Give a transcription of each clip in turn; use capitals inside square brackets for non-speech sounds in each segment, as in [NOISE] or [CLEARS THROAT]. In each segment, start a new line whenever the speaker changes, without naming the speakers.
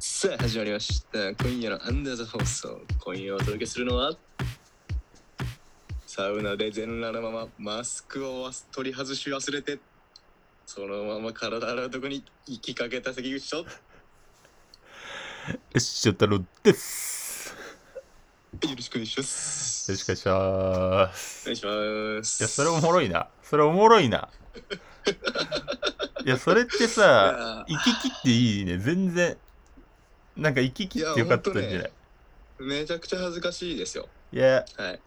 さあ始まりました今夜のアンダーザ放送今夜お届けするのはサウナで全裸のままマスクを取り外し忘れてそのまま体洗うとこに行きかけた関口と
シュタロです。
よろしくお願いします
よろしくお願いします。
お願いします
いや、それおもろいな。それおもろいな。いや、それってさ、
い
行き来っていいね。全然。なんか行き来ってよかったんじゃない
いややめちゃくちゃ恥ずかしいですよ
いや、
はい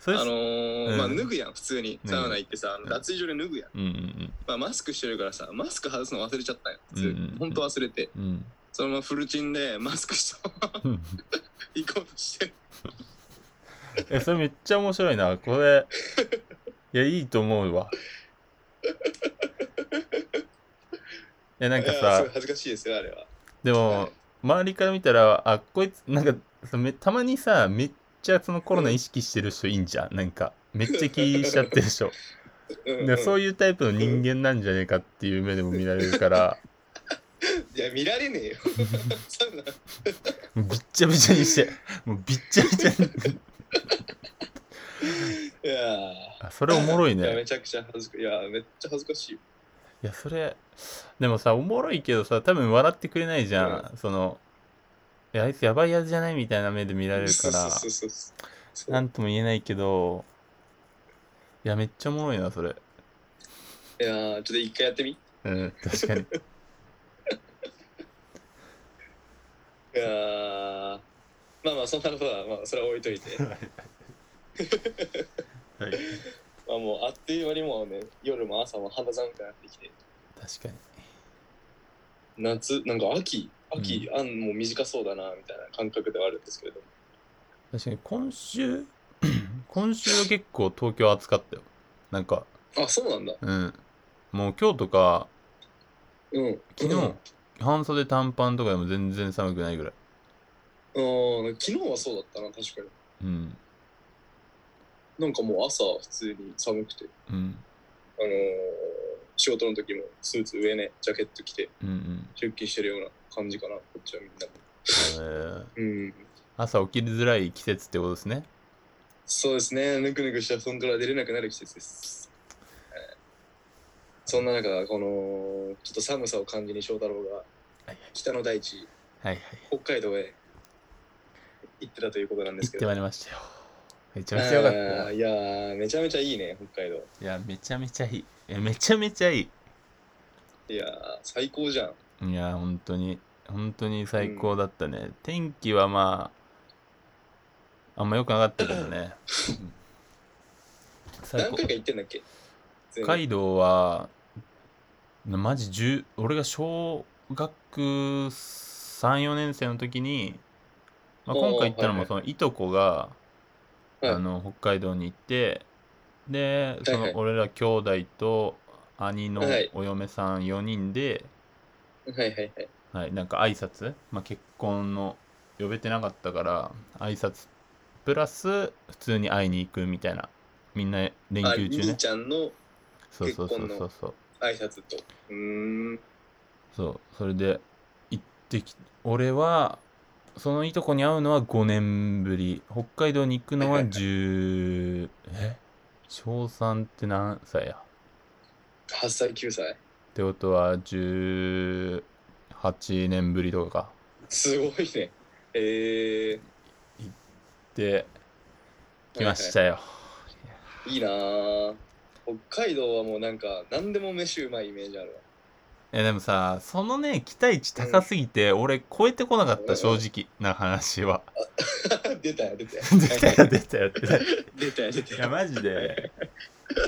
そ
あ
れ、
のー
うん
まあ脱ぐやん普通に
脱ぐ
サウナ行ってさあの
うん
脱衣所で脱ぐやん、
うんうん
まあ、マスクしてるからさマスク外すの忘れちゃったんよ普
うん
通
うんうん
本当忘れて
うん。
そのままフルチンでマスクしたまま
うん。 [LAUGHS]
行こうとして
え、それめっちゃ面白いな。これ、いや、いいと思うわ。いや、なんか
いやす
さ
ごい、恥ずかしいですよあれは
でも、周りから見たら、あ、こいつ、なんか、そのめたまにさ、めっちゃそのコロナ意識してる人いいんじゃん。なんか、めっちゃ気にしちゃってるでしょ。
[LAUGHS] うん
でそうういうタイプの人間なんじゃねえかっていう目でも見られるから、
んいや見られね
[LAUGHS]
えよサウナ
もうびっちゃびちゃにして、もうびっちゃびちゃに。
いやー
あそれおもろい
いや
ね
め。ちゃくちゃ恥ずかいやめっちゃ恥ずかしいよ
いや、それ、でもさ、おもろいけどさ、多分笑ってくれないじゃん。その、いや、あいつやばいやつじゃないみたいな目で見られる
そう
から、
そうそうそう
なんとも言えないけど、いや、めっちゃおもろいな、それ。
いやーちょっと一回やってみい
うん、確かに。
やーまあまあそんなことはまあそれは置いといて
はい、
まあもうあっという間にもうね夜も朝も肌寒くなってきて
確かに。
夏なんか秋秋、あんもう短そうだなみたいな感覚ではあるんですけれども
確かに今週、 [CLEARS THROAT] 今週は結構東京暑かったよ。なんか、
あそうなんだ
うん。もう今日とか、
うん
昨日、半袖短パンとかでも全然寒くないぐらい。
うん昨日はそうだったな確かに
うん。
なんかもう朝普通に寒くて
うん。
あのー仕事の時もスーツ上ねジャケット着て
うんうん。
出勤してるような感じかなこっちはみんな
えー
うん
朝起きづらい季節ってことですね。
そうですねぬくぬくした布団から出れなくなる季節ですえーそんな中このちょっと寒さを感じに翔太郎が
はいはい
北の大地
はいはい。
北海道へ行ってたということなんで
行
す
っ
け
て
ど
まいりましたよ。めちゃめちゃ良かった
あー
よ。
いやーめちゃめちゃいいね北海道
いや、めちゃめちゃいい。えめちゃめちゃいい。
いやー最高じゃん
いやー本当に本当に最高だったね、天気はまああんま良くなかったけど
[COUGHS]
ねうん最
何
高
回か行ってんだっけ
北海道はなマジ10俺が小学34年生の時に、まあ、
おー
今回行ったの
はいは
も
い
そのいとこが、
はい
あの北海道に行ってでそ
はいはい
の俺ら兄弟と兄の
はい
お嫁さん4人で、
全部はいはいはい
はい、なんか挨拶、まあ、結婚の呼べてなかったから挨拶プラス普通に会いに行くみたいなみんな連
あ
休中
兄
ね
ちゃんの
そうそうそう
結婚
そ
の
うそう
挨拶とうーん
そうそれで行ってき俺はそのいとこに会うのは5年ぶり北海道に行くのは10え小3って何歳や
8歳9歳
ってことは18年ぶりとかか
すごいねえ
で来ましたよ、
ー、いいなー北海道はもうなんか何でも飯うまいイメージあるわ
えでもさそのね期待値高すぎて、俺超えてこなかっ
うん
た正直な
[LAUGHS]
話は
出たよ出たよ
[LAUGHS] 出たよ出たよ出
[LAUGHS]
たよ
出たよ出
い
た
や
よ
マジで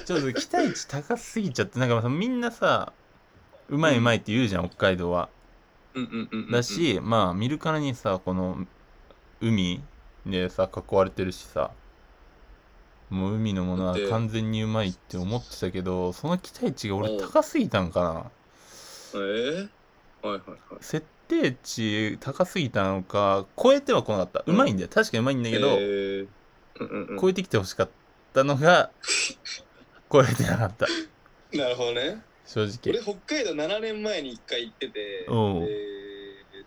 ちょっと期待値高すぎちゃってなんかみんなさうまいうまいって言うじゃん北海道は
うんうんうんうんうん
だし、まあ見るからにさこの海でさ囲われてるしさもう海のものは
だって
完全にうまいって思ってたけどその期待値が俺高すぎたんかな、
えー、はいはいはい
設定値高すぎたのか超えてはこなかった
う
うんまいんだよ、確かにうまいんだけど、
えーうんうんう
超えてきてほしかったのが [LAUGHS] 超えてなかった
ん、なるほどね
正直
俺北海道7年前に1回行ってて
おう
で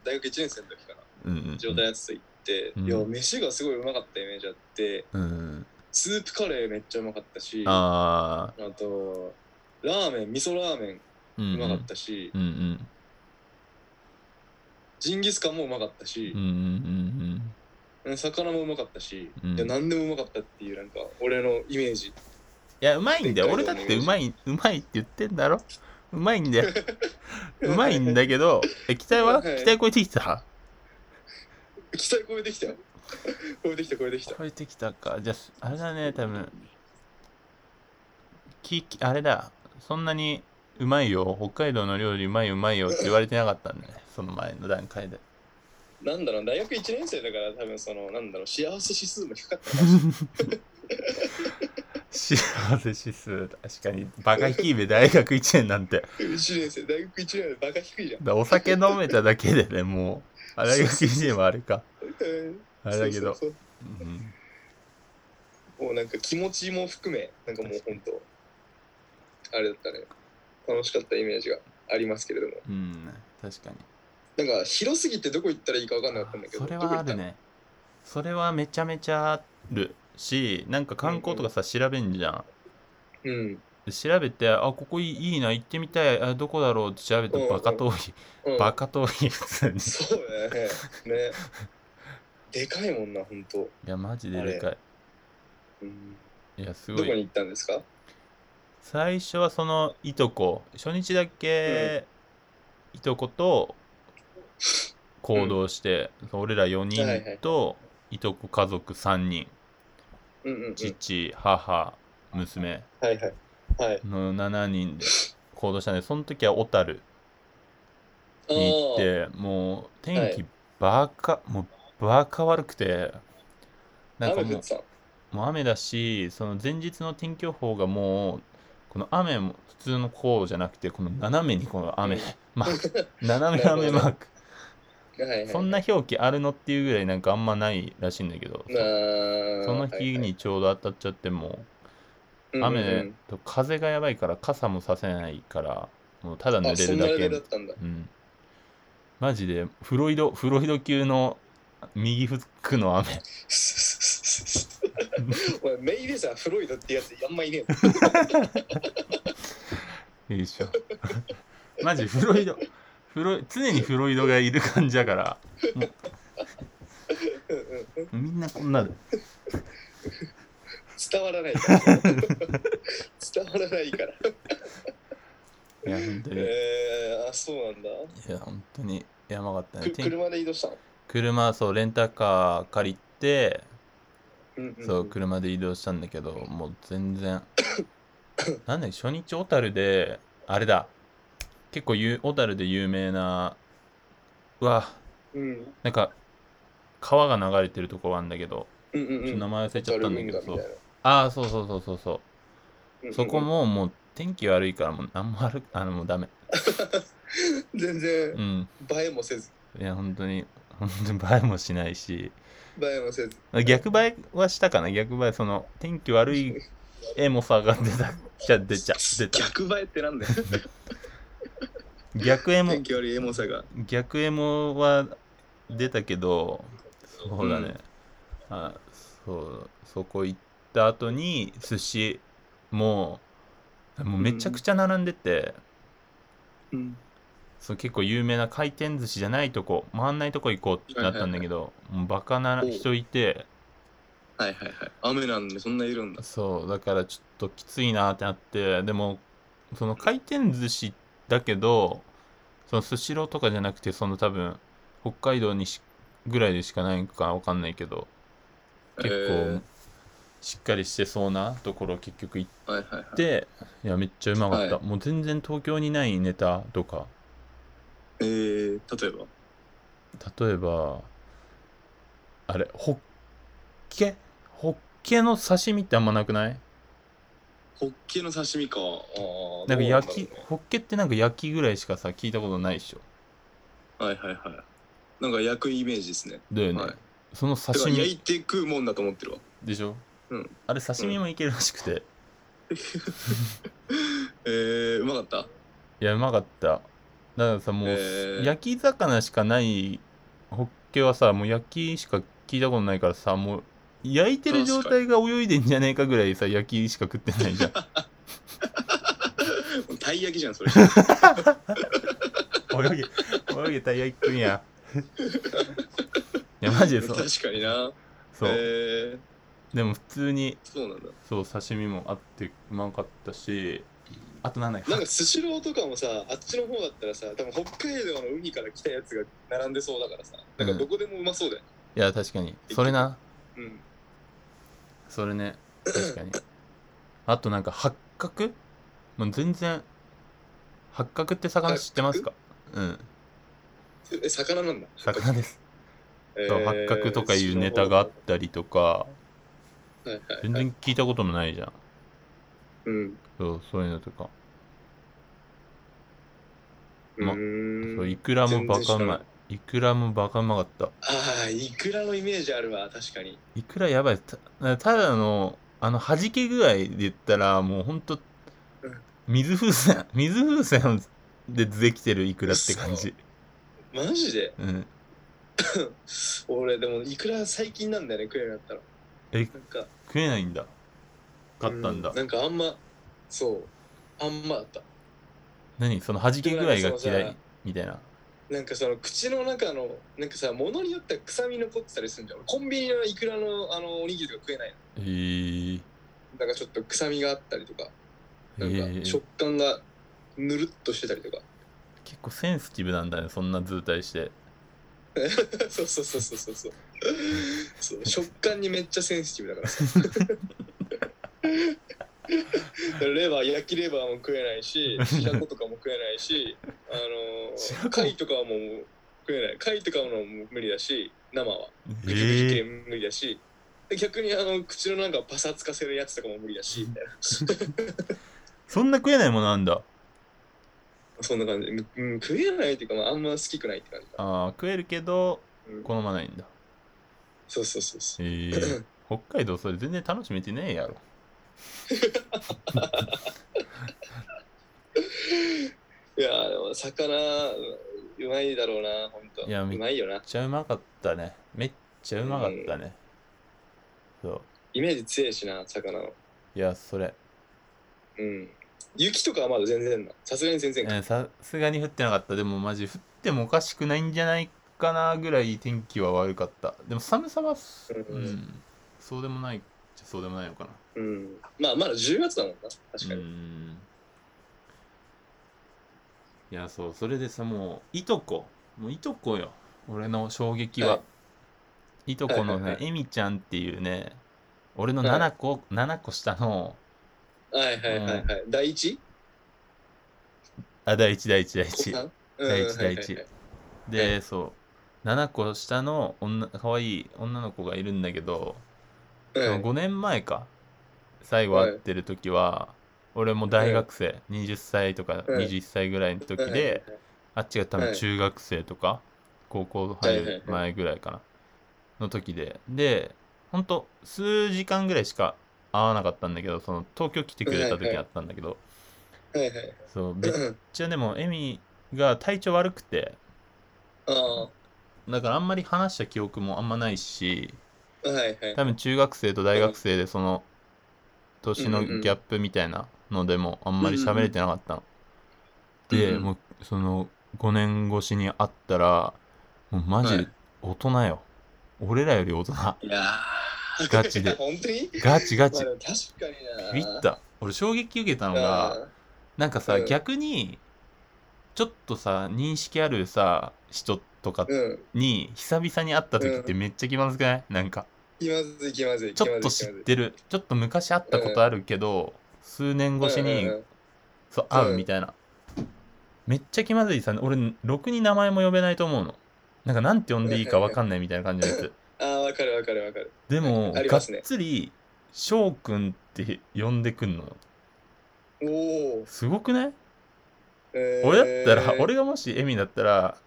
大学1年生の時かな
うんうん
上体やつと行って、
うん
いや飯がすごいうまかったイメージあって
うん
スープカレーめっちゃうまかったしあ
ああ
とラーメン味噌ラーメ
う
ン
ん
うまかったし、
うんうん
ジンギスカンもうまかったし
うんう、ん
魚もうまかったし、
うん
いや何でもうまかったっていうなんか俺のイメージ
いやうまいんだよ
で
俺
っか
だ
い
っ
の
てうまいうまいって言ってんだろうまいん
[LAUGHS]
だようまいんだけどえ期待
は
は
い
期待超えてきた
期待超えてきたよ [LAUGHS] 超えてきた超えてきた
超えてきたかじゃああれだね多分ききあれだそんなにうまいよ北海道の料理うまいうまいよって言われてなかったんだねその前の段階で [LAUGHS]
なんだろう大学1年生だから多分そのなんだろう幸せ指数も低かった
幸せ指数確かにバカひいべ大学1年なんて
1年生大学1年でバカ低いじゃん
だからお酒飲めただけでねもうあ大学1年はあれか
うん
あれだけど
そうそう
うん
そうもうなんか気持ちも含めなんかもう本当あれだったね楽しかったイメージがありますけれども
うん確かに
なんか広すぎてどこ行ったらいいか分かんなかったんだけど
それはあるねそれはめちゃめちゃあるしなんか観光とかさ調べんじゃん
どこ行っ
で調べてあここいいいいな行ってみたいあどこだろうって調べ
うん
て
うん
バカ遠い
たうん、うん、
バカ遠い普通にい
そうね。ね。 [LAUGHS] でかいもんな、ほんと。
やマジででかい
うん
いやす
ど
ご
こに
い
行ったんですか
最初はそのいとこ初日だけいとこと行動して、俺ら4
はいは
人
い
といとこ家族3人
うんうんうん。
父母娘
はいはい。はい。
の7人で行動したんでその時は小樽
あ
に行っ
ー
てもう
は
天気
い
バカ、もうバカ悪くてなんか
雨降
も
っ
う
てたの。
もう雨だしその前日の天気予報がもうこの雨も普通のこうじゃなくてこの斜めにこの雨、
うん
マ
[LAUGHS]
ーク斜め雨マーク、
はいはい。
そんな表記あるのっていうぐらいなんかあんまないらしいんだけど、
なー
その日にちょうど当たっちゃってもう
はいはいうんうんう
雨
ん
と風がやばいから傘もさせないからもうただ
あ
濡
そ
れ
んな
るだ
レベ
け
ルだったんだ。
うんマジでフロイドフロイド級の右フックの雨 [LAUGHS]
お前、メイでさ、フロイドってやつ、あんまいね
いいでしょ [LAUGHS] マジフロイドフロイ常にフロイドがいる感じだから
えの。うんうんうん
みんなこんなで
伝わらない
[LAUGHS]
から。伝わらないから。
いや本当に、
えー、あ、そうなんだ。
いや本当にやばかったね
く
天
車で移動したの
車そうレンタカー借りて
うんんん
そう車で移動したんだけどもう全然
[COUGHS]
なんだっけ初日小樽であれだ結構ゆ小樽で有名なうわ
うん
なんか川が流れてるとこがあるんだけど、
うんうん
ちょ
う
っと
ん
名。前忘れちゃったんだけどそ
みたいう
ああそうそうそうそうそう、
な
そこももう天気悪いからもう何も悪く [LAUGHS] あのもうダメ
全然
うん
映えもせず
いや本当に本当に映えもしないし
映えもせず
逆映えはしたかな逆映えその天気悪い絵もさが出たじゃ出ちゃ出た
逆映えってなんだよ
[LAUGHS] 逆絵も
天気悪いエモさが
逆エモは出たけどそうだね、あそうそこ行った後に寿司もうもうめちゃくちゃ並んでて、
うん
そう結構有名な回転寿司じゃないとこ回んないとこ行こうってなったんだけど、もうバカな
おう
人いて
はいはいはい雨なんでそんないるんだ
そうだからちょっときついなってなってでもその回転寿司だけどそのスシローとかじゃなくてその多分北海道にしぐらいでしかないんかわかんないけど結構しっかりしてそうなところ結局行っ
構はいはいはい
ていやめっちゃうまかった、
は
もう全然東京にないネタとか
えー、例えば
例えばあれホッケホッケの刺身ってあんまなくない
ホッケの刺身かあー
なんか焼き
どう
ホッケってなんか焼きぐらいしかさ聞いたことないでしょ
なんだろうねはいはいはいなんか焼くイメージですね
だよね、
はい
その
だか
刺
ら焼い
身
て食うもんだと思ってるわ
でしょ、
うん
あれ刺身もいけるらしくて、い
えー、うまかった [LAUGHS]
やうまかっただからさもう、
えー
焼き魚しかないホッケはさもう焼きしか聞いたことないからさもう焼いてる状態が泳いでんじゃねえかぐらいさ焼きしか食ってないじゃん
もうたい焼きじゃん、それ。 [LAUGHS]
泳げ泳げたら焼き食うんやいやマジで
[LAUGHS]
そう
確かにな。
そう、
えー、
でも普通に
そうなんだ。
そう刺身もあってうまかったしあとなんだっけ
なんかスシローとかもさ、あっちの方だったらさ、多分北海道の海から来たやつが並んでそうだからさ、なんかどこでもうまそうだよね。
いや確かにそれな
うん。
それね確
[LAUGHS]
かにあとなんか八角もう全然八角って魚知ってますかうん
え、魚なんだ。
魚です、
え
そう
ー
八角とかいうネタがあったりとか
はいはいはい
全然聞いたこともないじゃん
うん。
そうそういうのとか
う
ま
ーん
そういくらもバ
全然知
カ
ら
う
ない
まいいくらもバカうまかった
ああ、いくらのイメージあるわ、確かに。
いくらやばいたただのあの弾け具合で言ったらもうほんと
うん
水風船水風船でできてるいくらって感じ
マジで
うん
俺、でも、いくら最近なんだよね、食えなかったら。
え
なんか、
食えないんだ買ったんだ、
うなんかあんま、そう、あんまだった。
何その弾け具合が
でもなんかその
嫌
さ
いみたいな
なんかその口の中のなんかさ物によっては臭み残ってたりするんじゃんコンビニのいくらのあのおにぎりとか食えないの
えー、
なんかちょっと臭みがあったりとか
え
なん
ー
か食感がぬるっとしてたりとか、
結構センシティブなんだねそんな図体して
[LAUGHS] そうそうそうそうそうそうそう食感にめっちゃセンシティブだからさ
[LAUGHS]
レバー焼きレバーも食えないし白子とかも食えないしあの
白子
貝とかはもう食えない貝とかはもう無理だし生は
え
ぐちぐち系
ー、
無理だし、で逆にあの口の中をパサつかせるやつとかも無理だしみたいな
そんな食えないものなんだ
そんな感じで、うん、食えないっていうか、まあ、あんま好きくないって感じだ、
あー食えるけど
うん
好まないんだ
そうそうそうそ
え
[LAUGHS]
ー、北海道それ全然楽しめてねえやろ
ういやーでも魚うまいだろうなほんと
いやめ
うまいよな
めっちゃうまかったねめっちゃうまかったね、そう
イメージ強いしな魚の
いやそれ
うん雪とかはまだ全然なさすがに全然か、
えーさすがに降ってなかったでもマジ降ってもおかしくないんじゃないかなぐらい天気は悪かったでも寒さは、
う
うんんそうでもないじゃそうでもないのかな
うんまあまだ10月だもんな確かに、
うんいやそうそれでさもういとこもういとこよ俺の衝撃は、、
はい
とこの
はい
ね
はい
えみちゃんっていうね俺の7個、7個下の
はいはいはいはい、第一
あ第一第一第
子
一
さんうん
第一
はいはい
第一
はい
で、そう7個下の女可愛い女の子がいるんだけど、そ
は
の
い
5年前か最後会ってる時は、俺も大学生、20歳とか
はい
21歳ぐらいの時で、あっちが多
は
分
い
中学生とか、高校入る前ぐらいかな、の時ででほんと数時間ぐらいしか会わなかったんだけどその東京来てくれた時あったんだけど、
はいはいはい
そうめっちゃでもエミが体調悪くて
あ
だからあんまり話した記憶もあんまないし
あはいはい
多分中学生と大学生でその年
う
の
んうん
ギャップみたいなのでもあんまり喋れてなかったの。
うんう
で
ん
もうその5年越しに会ったらもうマジ
は
で
い
大人よ。俺らより大人。
いやー
ガチで
[LAUGHS] 本当に
ガチガ
ま [LAUGHS] あ
チ
で。も確かにな。
ビビった。俺衝撃受けたのが。なんかさ、
うん
逆にちょっとさ認識あるさ人とか
うん。うん
に久々に会った時ってめっちゃ気まずくないなんか
気まずい気まずい。
ちょっと知っ
気まずい
てるちょっと昔会ったことあるけど、数年越し
う
に、
んうんうん
そう会うみたいな、めっちゃ気まずいさ俺ろくに名前も呼べないと思うのなんかなんて呼んでいいかわかんないみたいな感じのやつ
ああ、わかるわかるわかる。
で
[LAUGHS]
も、
あり
が
ま
っ
すね
つり翔くんって呼んでくんのよ
おお。
すごくない
えー
俺だったら、。俺がもしエミだったら、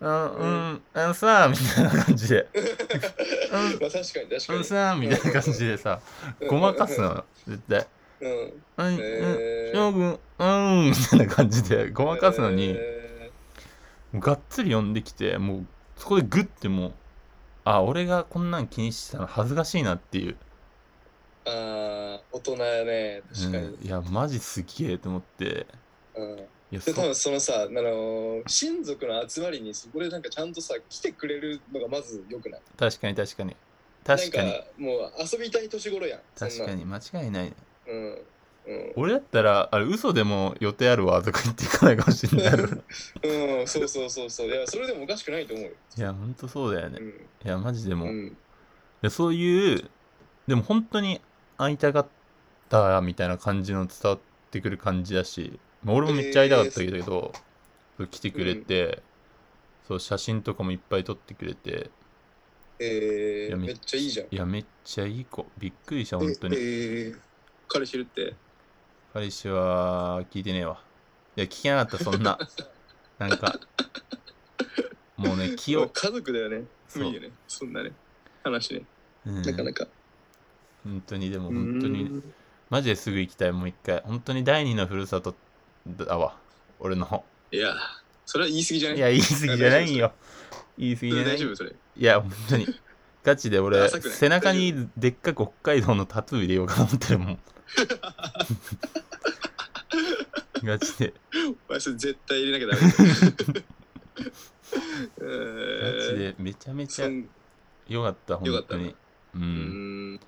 うん、うん、うん、さあ、みたいな感じで、
[LAUGHS] まあ確かに確
うん、
か
さあ、みたいな感じでさ、
に。
ごまかすのよ、絶対。
うん。うん。
うん、うん、
え
翔くん、うん、みたいな感じでごまかすのに、
え
もうがっつり読んできてもうそこでグッてもうあ俺がこんなん気にしてたの恥ずかしいなっていう、
ああ、大人やね、確かに。
うん、いやマジすげえと思って
うん
いや
で多
そ
分そのさ、あのー親族の集まりにそこでなんかちゃんとさ来てくれるのがまず良くない
確かに確かに確か
な
に
んかもう遊びたい年頃やん
確か
に
に間違いない
うん、うん
俺だったらあれ嘘でも予定あるわとか言っていかないかもしれない
うん、そうそうそうそういやそれでもおかしくないと思うよ
いやほんとそうだよね
う
いやマジでも
ん、う、
うんでそういうでも本当に会いたかったみたいな感じの伝わってくる感じだし、まあ、俺もめっちゃ会いたかったけど、そう来てくれて、そう写真とかもいっぱい撮ってくれて
え
い
ー、
やめ
めっちゃいいじゃん
いやめっちゃいい子びっくりした本当に、
えー彼知るって
彼氏は聞いてねえわいや聞けなかったそ
[LAUGHS]
んななんかもうね気を
家族だよね
そう
無理よねそんなね話ね
うん
なかなか、
本当にでも
うん、
本当に、マジですぐ行きたいもう一回本当に第二のふるさとだわ俺の
いやそれは言い過ぎじゃない
いや、言い過ぎじゃないよ。言い過ぎじゃな
大
い。
丈
い
夫それ
や、本当に。ガチで俺、
浅くない
背中にでっかく北海道のタトゥー入れようかと思ってるも
[LAUGHS]
ん。ガチで。
お前それ絶対入れなきゃダメだよえ
ガチ
ー
で。めちゃめち
そ
ゃ
ん
良かった、
よか
本
った
当に。う。
うんん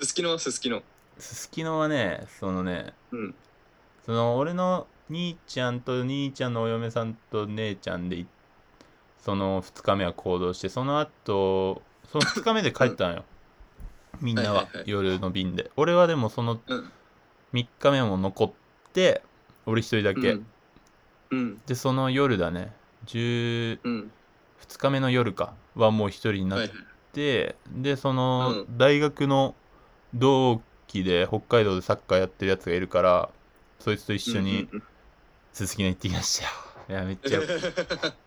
すすきのはすすきの
すすきのはね、そのね、
うん
その俺の兄ちゃんと兄ちゃんのお嫁さんと姉ちゃんでいその2日目は行動してその後その2日目で帰ったのよ、みんな
はい
は
はいはい
夜の便で俺はでもその
うん
3日目も残って俺一人だけ、
うんうん
でその夜だね10 2
うん
日目の夜かはもう一人に
は
なっ
いはい
て、でその
う
大学の同期で北海道でサッカーやってるやつがいるからそいつと一緒に、
うんうん
すすきの行ってきました
[LAUGHS]
よ。いや、めっちゃ、
う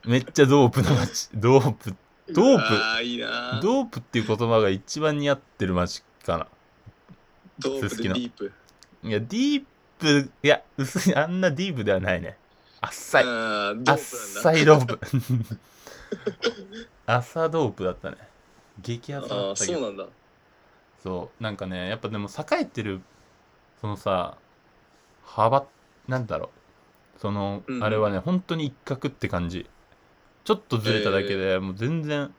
めっちゃドープの街。ドープ、
ん
ドープ
ああいいなー
ドープっていう言葉が一番似合ってる街か
ドープ
すす
でデ
きの
ィープ
な。いや、ディープ、いや、薄い、あんなディープではないね。浅い。
あードープなんだ
浅いドープ。 [LAUGHS] 朝ドープだったね。激アツだ
あ
っ
あ
たけ
そう。
ど
なんだ
そうなんかねやっぱでも栄えてるそのさ幅なんだろうその、
うん
あれはね本当に一角って感じちょっとずれただけで、もう全然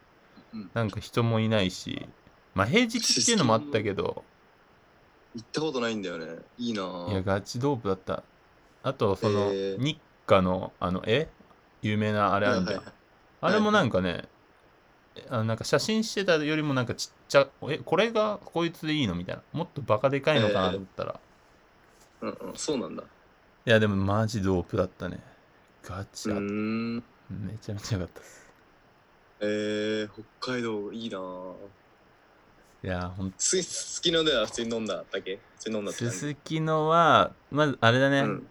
うん
なんか人もいないしまあ平日っていうのもあったけど
行ったことないんだよねいいない
や
ー
ガチドープだったあとその、
えー
日課のあの絵有名なあれあるじゃん、
はいはい
あれもなんかね、あなんか写真してたよりもなんかちっちゃ、え、これがこいつでいいのみたいな。もっとバカでかいのかなと思ったら。
うんうんそうなんだ
いや、でもマジドープだったね。ガチ
う
だ。
ーん
めちゃめちゃ良かったっす。
えー北海道いいなー
いや、ほんと。
すすすきのでは普通に飲んだだけ普通に飲んだって
す
感じ
すきのは、まずあれだね、
うん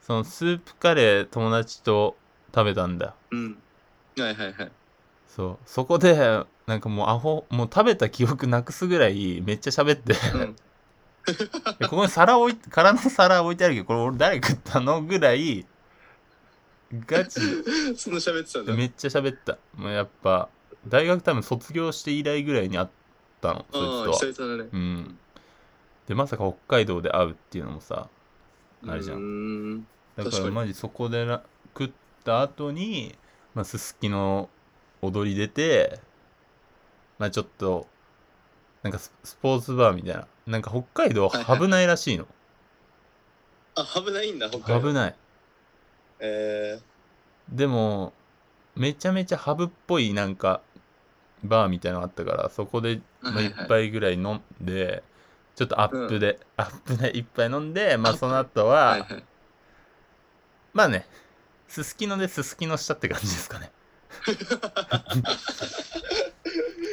そのスープカレー友達と食べたんだ。
うんはいはいはい
そう。そこで、なんかもうアホ、もう食べた記憶なくすぐらいめっちゃ喋
[LAUGHS]
って、
うん
でここに皿置いて、空の皿置いてあるけど、これ俺誰食ったのぐらい、ガチ、
そんな [LAUGHS] 喋ってたんだ
めっちゃ喋った。もうやっぱ、大学多分卒業して以来ぐらいに会ったの、
ああ
そいつと
久
は。
々だね
うん。で、まさか北海道で会うっていうのもさ、あれじゃん
うーん
だか
確からに
マジそこでな食った後に、まあ、すすきの踊り出て、まあちょっと、なんかススポーツバーみたいな。なんか北海道
はいはい
危ないらしいの。
あ危ないんだ北海道
危ない。
え
でもめちゃめちゃハブっぽいなんかバーみたいなのあったからそこで、
ー
まあ、
はいいは
っ
い
ぱいぐらい飲んでちょっとアップで、アップでいっぱい飲んでまあその後は、
はいはい
まあねすすきのですすきのしたって感じですかね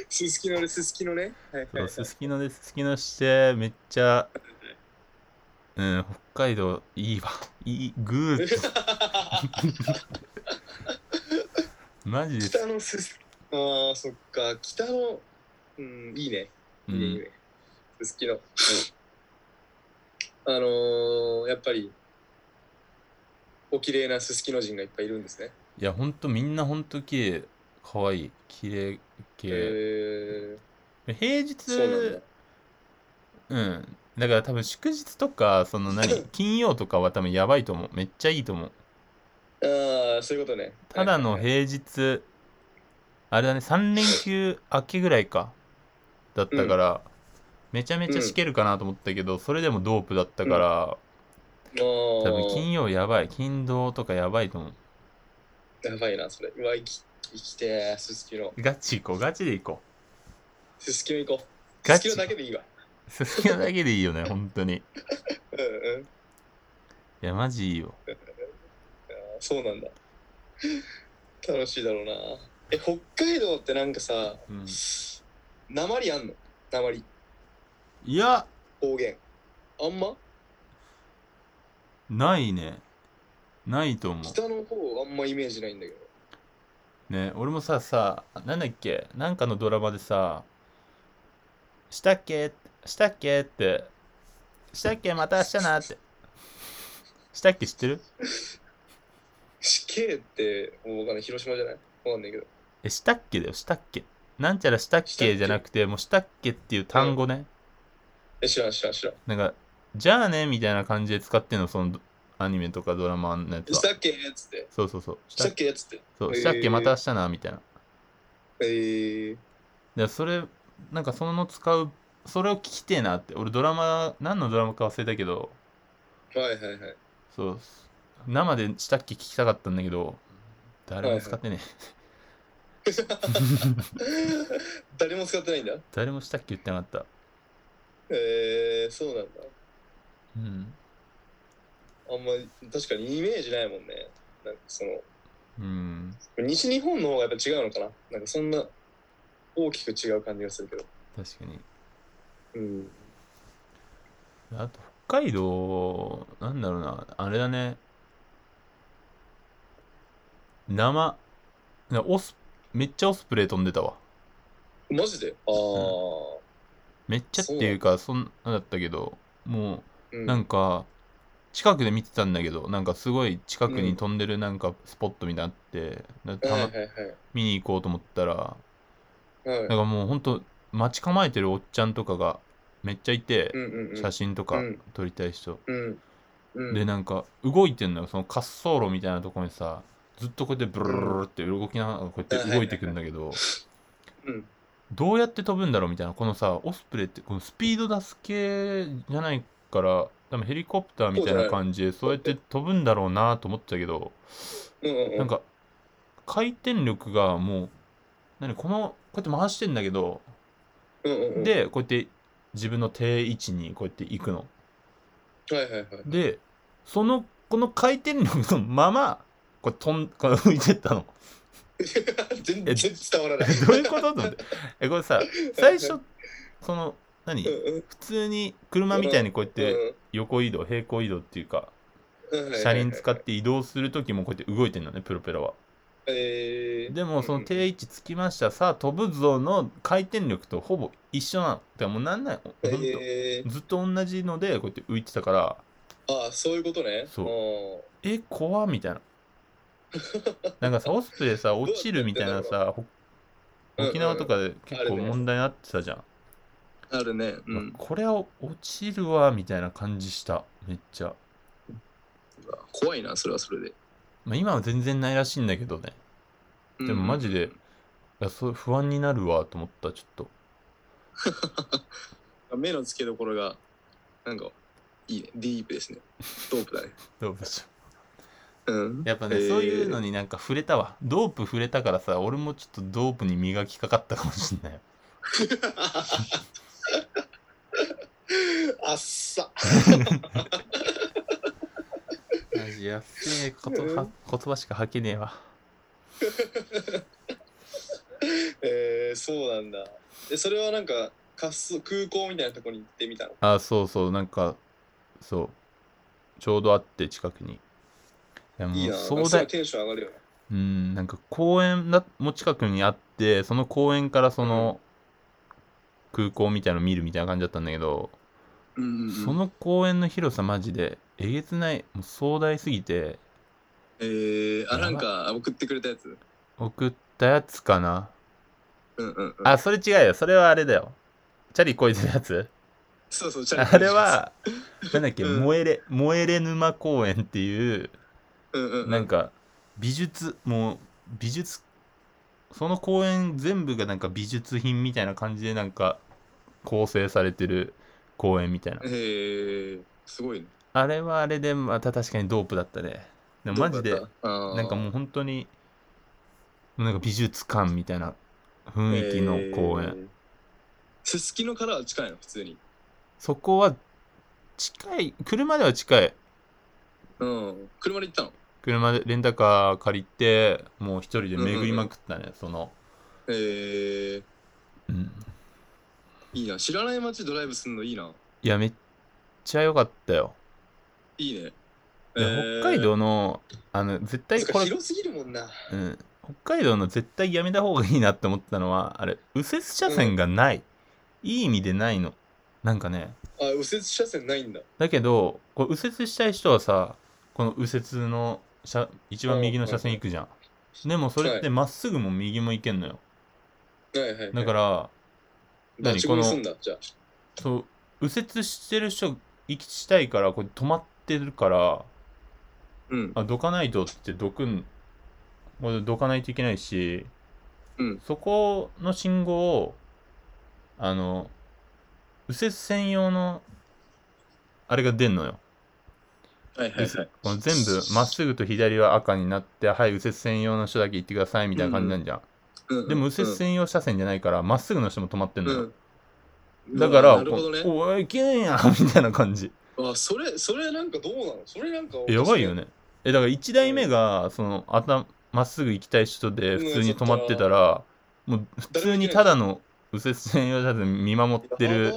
すすきのね、すすきのね。はいはい
そ
は
う
い
すすきのですすきのしてめっちゃうん北海道いいわいいグーッとマジです、
[LAUGHS] 北のすすああ、そっか。北の、うん、いいね。
う
いいね、いい
ん、
ね。すすきの。あのー、やっぱり、お綺麗なすすきの人がいっぱいいるんですね。
いや、ほんとみんなほんと綺麗、可愛い、綺麗系。
へえ
平日、
そうなんだ。
うん。だから多分祝日とか、その
[LAUGHS]
何、金曜とかは多分やばいと思う。めっちゃいいと思う。
ああ、そういうことね。
ただの
はいはい
平日、あれだね、3連休明けぐらいか。だったから、めちゃめちゃしけるかなと思ったけど、それでもドープだったから、
はい
多
あ
分金曜やばい。金土とかやばいと思う。
ーやばいな、それ。うわ、生き、生きてー、すすきの。
ガチ行こう、ガチで行こう。
すすきの行こう。
ガ
すす
チ
きのだけでいいわ。
すすきのだけでいいよね、本当に。い
うんうん。
や、マジいいよ。
あーそうなんだ。楽しいだろうな。え、北海道ってなんかさ、
うん
鉛あんの鉛、
いや、
方言。あんま
ないね。ないと思
北の方、あんまイメージないんだけど。
う。ね、俺もさ、さ、なんだっけ、なんかのドラマでさ、したっけ、したっけって、したっけ、また明日なって。したっけ知ってる
死刑って、もうわかんない。広島じゃないわかんないけど。
え、したっけだよ、したっけ。なんちゃらしたっ
したっ
け
け
じゃなくて、もうしたっけっていう単語ね。
え、知らん知らん知らん。
なんか、じゃあね、みたいな感じで使ってんの、そのアニメとかドラマのやつ
し
は。
たっけっつって。
そうそうそう。し
した
た
っけっつって。
そう
へー
したっけ、また明日な、みたいな。
えー、
でそれなんかその使うそれを聞きてえなって俺ドラマ何のドラマか忘れたけど
はいはいはい。 [LAUGHS]
そう生でしたっけ聞きたかったんだけど誰も使ってねえ、
誰も使ってないんだ。
誰もしたっけ言ってなかった
えー、そうなんだ。
うん、
あんま確かにイメージないもんね。なんかその
うん、
西日本の方がやっぱ違うのかな。なんかそんな大きく違う感じがするけど。
確かに
うん。
あと北海道なんだろうなあれだね生なオスめっちゃオスプレイ飛んでたわ
マジでああ、
めっちゃっていうかそんなだったけどもう
うん。
なんか近くで見てたんだけどなんかすごい近くに飛んでるなんかスポットみたいなのあって、だた
はい
ま
はいはい。
見に行こうと思ったら
はい
なんかもうほんと待ち構えてるおっちゃんとかがめっちゃいて、
うんうんうん。
写真とか
うん
撮りたい人、
うん。うん、
でなんか動いてんのよその滑走路みたいなとこにさずっとこうやってブルルルルって動きながらこうやって動いてくんだけど
うん、
どうやって飛ぶんだろうみたいなこのさオスプレイってこのスピード出す系じゃないから多分ヘリコプターみたいな感じでそうやって飛ぶんだろうなと思ってたけど
うんうんうん。
なんか回転力がもう何このこうやって回してんだけど
うんうんうん、
でこうやって自分の定位置にこうやって行くの
はいはいはい。 [LAUGHS]
でそのこの回転力のままこう飛んこう浮いてったの [LAUGHS]
全然伝わらない。
どういうことと思ってえこれさ最初その何
うんうん
普通に車みたいにこうやって横移動平行移動っていうか
うんうんはいはいはい
車輪使って移動する時もこうやって動いてんのねプロペラは
えー、
でもその
うん
定位置つきましたさあ飛ぶぞの回転力とほぼ一緒なのてかもうなんないほんと
えー、
ずっと同じのでこうやって浮いてたから
ああ、そういうことね。
そう
う。
え怖っみたいななんかさオスプレイ [LAUGHS] さ落ちるみたいなさほ
うんうん
沖縄とかで結構
あるね
問題になってたじゃん、
あるね。う
うわ
ん。
これは落ちるわみたいな感じしためっちゃ、
怖いな、それはそれで。
まあ、今は全然ないらしいんだけどねでもマジで、いやそう不安になるわと思ったちょっと
うん。目の付けどころが、なんか、いいね。ディープ
[LAUGHS]
ですね。ドープだね。
どうでしょ
うん。
やっぱね、
えー
そういうのになんか触れたわドープ触れたからさ俺もちょっとドープに磨きかかったかもしんない
あっさ。
マジ安いことは言葉しか吐けねえわ
えー、そうなんだ。え、それはなんか、滑走空港みたいなとこに行ってみたの。
あそうそうなんかそうちょうどあって近くにいやも
いいうな。
壮
なんかそれ
大
テンション上がるよな。
うんなんか公園だも近くにあってその公園からその空港みたいの見るみたいな感じだったんだけど
うん
その公園の広さマジでえげつないもう壮大すぎて
えー、あ、
やば
なんか送ってくれたやつ。
送ったやつかな
うんうんうん。
あ、それ違うよ。それはあれだよ。チャリこいでるやつ
そうそう、チャレンジ
あれは、なんだっ
[LAUGHS]
け、
うん
燃えれ、燃えれ沼公園っていう、
うんうんうん、
なんか、美術、もう、美術、その公園全部がなんか美術品みたいな感じでなんか構成されてる公園みたいな
え。ー、すごいね。
あれはあれで、また確かにドープだったね。でもマジで
どうだっ、た、な
なんかもう本当に、なんか美術館みたいな雰囲気の公園。。
すすきのからは近いの、普通に。
そこは近い車では近い
うん。車で行ったの
車でレンタカー借りてもう一人で巡りまくったね、その、
えー、
うん、
いいな。知らない街ドライブするのいいな。
いやめっちゃ良かったよ、
いいね。
いや
えー
北海道のあの絶対
そっか
これ、
広すぎるもんな。
うん、北海道の絶対やめた方がいいなって思ったのはあれ右折車線がない、いい意味でないのなんかね
あ、右折車線ないんだ。
だけどこう右折したい人はさこの右折の車一番右の車線行くじゃん、でもそれってまっすぐも右も行けんのよ
はいはい、はい。
だから、
ダ
何
チ
こ
ゴ
の
に住んだ、じゃあ。
そう、右折してる人、行きしたいから、これ止まってるから、
うん。
あ、どかないとってどくん、もうどかないといけないし、
うん
そこの信号を、あの、右折専用の、あれが出んのよ。
はいはいはい。
この全部、まっすぐと左は赤になって、はい、右折専用の人だけ行ってください、みたいな感じなんじゃん。
うんうん
でも、右折専用車線じゃないから、まっすぐの人も止まってんのよ。
うん
だから、
うわなるほどね
こうおい、行けんやんみたいな感じ。
あそれそれなんかどうなのそれなんか
えやばいよね。え、だから1台目が、その、頭、まっすぐ行きたい人で、
うん
普通に止まってたら、もう、普通にただの右折専用車線見守ってる。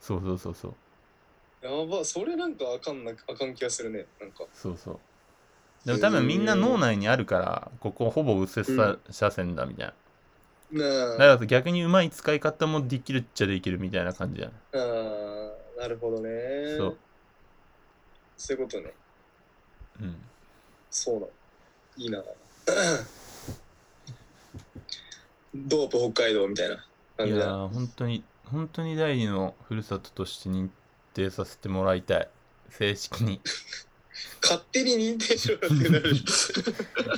そうそうそうそう。
やばやばそれなんかあかんなあかん気がするねなんか
そうそう。でも多分みんな脳内にあるから、ここほぼ右折さ車線だみたいな。だか
なあ
ら逆にうまい使い方もできるっちゃできるみたいな感じやね。
あーなるほどね
そう
そういうことね
うん。
そうなのいいな [COUGHS] ドープ北海道みたいな感
い
じ
や
だ
ー、本当に、本当に第二のふるさととして認定させてもらいたい。正式に。
勝手に認定しろよって
[LAUGHS]
なる
い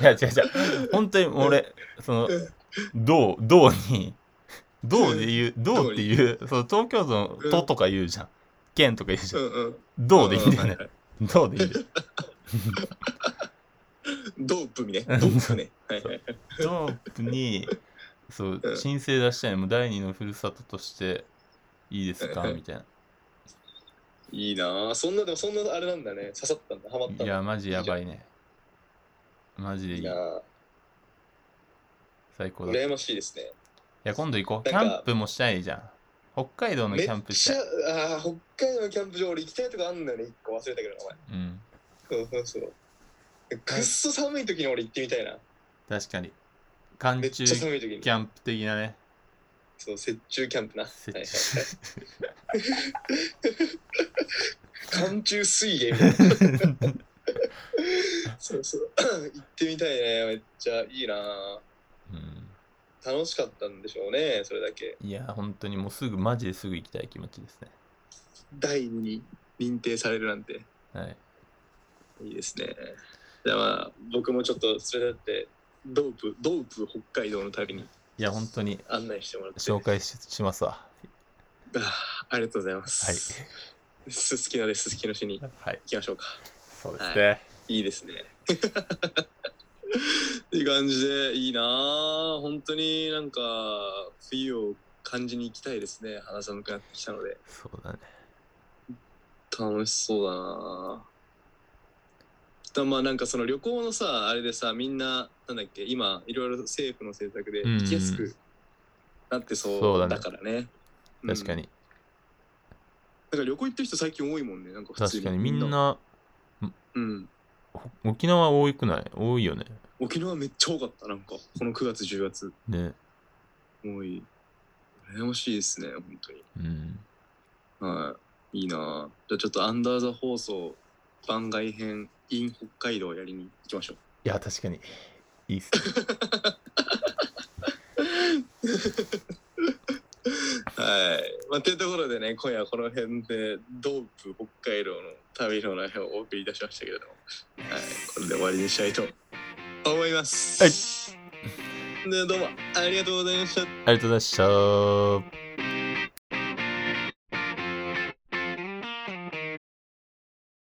や違う違う本当に俺その
うん
銅銅に銅で言う銅っていうその東京都の
うん
都とか言うじゃん県とか言うじ
う
ゃん
んうん
銅でいいんだよ
う
ね
んはいはい
銅でいいんだよ
ドープみねドープねはいはい
銅にそう
うん
申請出したいもう第二のふるさととしていいですか
うん
みたいない
いなあそんなでもそんなあれなんだね刺さったんだハマったんだ
いやマジやばいねマジでい
い
い
なあ
最高だい
羨ましいですね
や今度行こうキ
なんか
ャンプもしたいじゃん北海道のキ
めっ
ャンプし
ち
た
ゃ
い
あー北海道のキャンプ場俺行きたいとこあんだよね一個忘れたけど
うん
名前そうそうそうくっそ寒い時に俺行ってみたいな
確かに寒
めっ
中
ちゃ寒い時に
キャンプ的なね
そう雪中キャンプな
設
はい
置
はい寒中水
[LAUGHS]
泳みたいなそうそう行ってみたいねめっちゃいいなあ
う
楽しかったんでしょうねそれだけ
ん、いや本当にもうすぐマジですぐ行きたい気持ちですね
第二に認定されるなんて
はい
いいですね。じゃあまあ僕もちょっと連れてってドープドープ北海道の旅に
いや本当に
案内してもらって
紹介ししますわ
あありがとうございま
はい
す。はい。すすきのですすすきの市に行
はい
きましょうか。
そうですね、
いいですね。 [LAUGHS] っていう感じでいいなあ本当になんか冬を感じに行きたいですね肌寒くなってきたので
そうだね
楽しそうだなだまあなんかその旅行のさあれでさみんななんだっけ今いろいろ政府の政策で
うん
行きやすくなって
そう
そ
だ
う
ね
だからねうん
確かに、
なんか旅行行ってる人最近多いもんねなんか普通
確かにみんな
うん
ほ沖縄多くない多いよね
沖縄めっちゃ多かったなんかこの9月10月
ね
多い羨ましいですね本当に
うん
はいいいなじゃあちょっとアンダーザ放送番外編 in 北海道をやりに行きましょう。
いや、確かに。いいっすね。
はい。まあ、というところでね、今夜はこの辺で、ドープ北海道の旅の内容をお送りいたしましたけれども、はい。これで終わりにしたいと思います。はい。でどうもありがとうございました。
ありがとうございました。